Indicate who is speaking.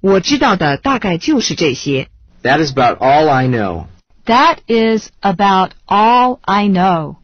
Speaker 1: 我知道的大概就是这些。
Speaker 2: That is about all I know.
Speaker 3: That is about all I know.